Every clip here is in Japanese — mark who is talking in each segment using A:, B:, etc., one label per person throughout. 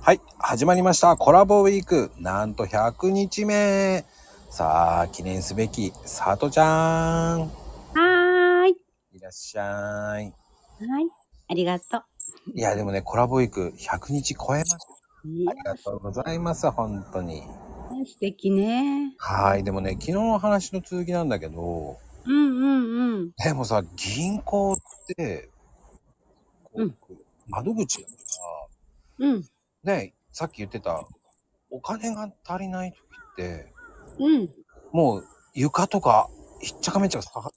A: はい、始まりました。コラボウィーク、なんと100日目。さあ、記念すべき、さとちゃん。
B: はーい。
A: いらっしゃい。
B: はい。ありがとう。
A: いや、でもね、コラボウィーク、100日超えました。ありがとうございます、本当に。
B: 素敵ね。
A: はい、でもね、昨日の話の続きなんだけど、
B: うんうんうん。
A: でもさ、銀行って、こう
B: うん
A: 窓口だか
B: うん。
A: ら、ね、さっき言ってた、お金が足りない時って、
B: うん。
A: もう床とか、ひっちゃかめっちゃか下がって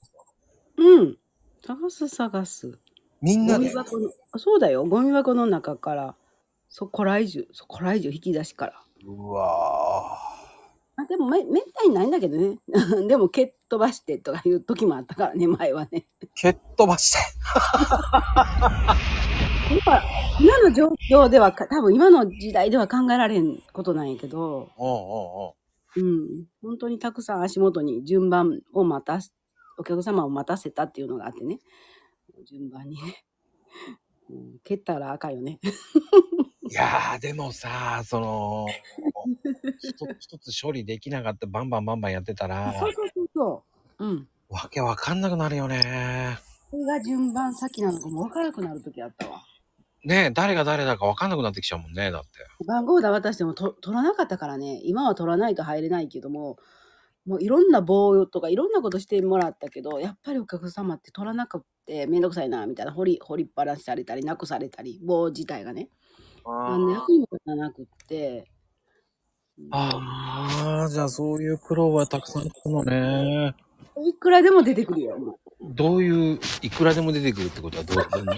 A: た
B: うん。探す探す。
A: みんな
B: ゴ
A: で、
B: ミ箱のあそうだよ。ゴミ箱の中から、そこら以上、そこら以上引き出しから。
A: うわ
B: あでもめ、めったにないんだけどね。 でも、蹴っ飛ばしてとかいう時もあったからね、前はね。
A: ー蹴っ飛ばして。
B: 今今の状況ではか、多分今の時代では考えられへんことなんやけど。
A: うんうんうん。
B: うん、本当にたくさん足元に順番を待たすお客様を待たせたっていうのがあってね順番にね、うん、蹴ったら赤よね
A: いやーでもさその一つ一つ処理できなかったバンバンバンバンやってたら
B: そうそうそうそううん
A: わけわかんなくなるよね
B: これが順番先なのかも分からなくなる時あったわ
A: ねえ誰が誰だかわかんなくなってきちゃうもんねだって
B: 番号だ渡してもと取らなかったからね今は取らないと入れないけどももういろんな棒とかいろんなことしてもらったけどやっぱりお客様って取らなくて面倒くさいなみたいな掘り掘りっぱなしされたりなくされたり棒自体がねなんで役にも立たなくって。
A: あーじゃあそういう苦労はたくさんあったのね
B: いくらでも出てくるよ。もう
A: どういういくらでも出てくるってことはどうどんな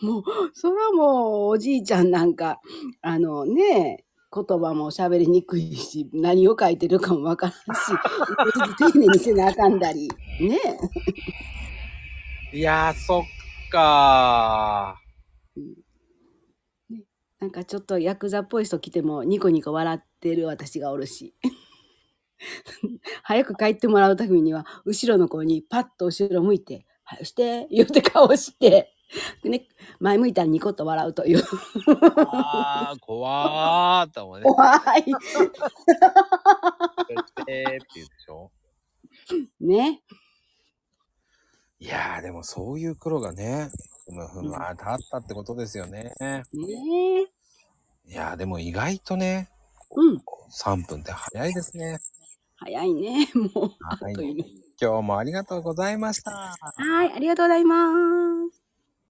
B: もうそれはもうおじいちゃんなんか、あのね、言葉も喋りにくいし、何を書いてるかもわからんし、一つずつ丁寧にせなあかんだり、ね。
A: いやーそっか
B: なんかちょっとヤクザっぽい人来てもニコニコ笑ってる私がおるし。 早く帰ってもらうためには後ろの子にパッと後ろ向いて「はいして」言うて顔して、でね、前向いたらニコッと笑うという
A: ーあー怖ーったもんね
B: 怖い
A: 「えー」って言うでしょ
B: ね。
A: いやーでもそういう苦労がねふむふ
B: う
A: む
B: ん
A: ああったってことですよね
B: ねえ。
A: いやーでも意外とね
B: うん。
A: 3分って早いですね
B: 早いね。もう。
A: はい
B: という
A: 今日もありがとうございました
B: はい。ありがとうございます。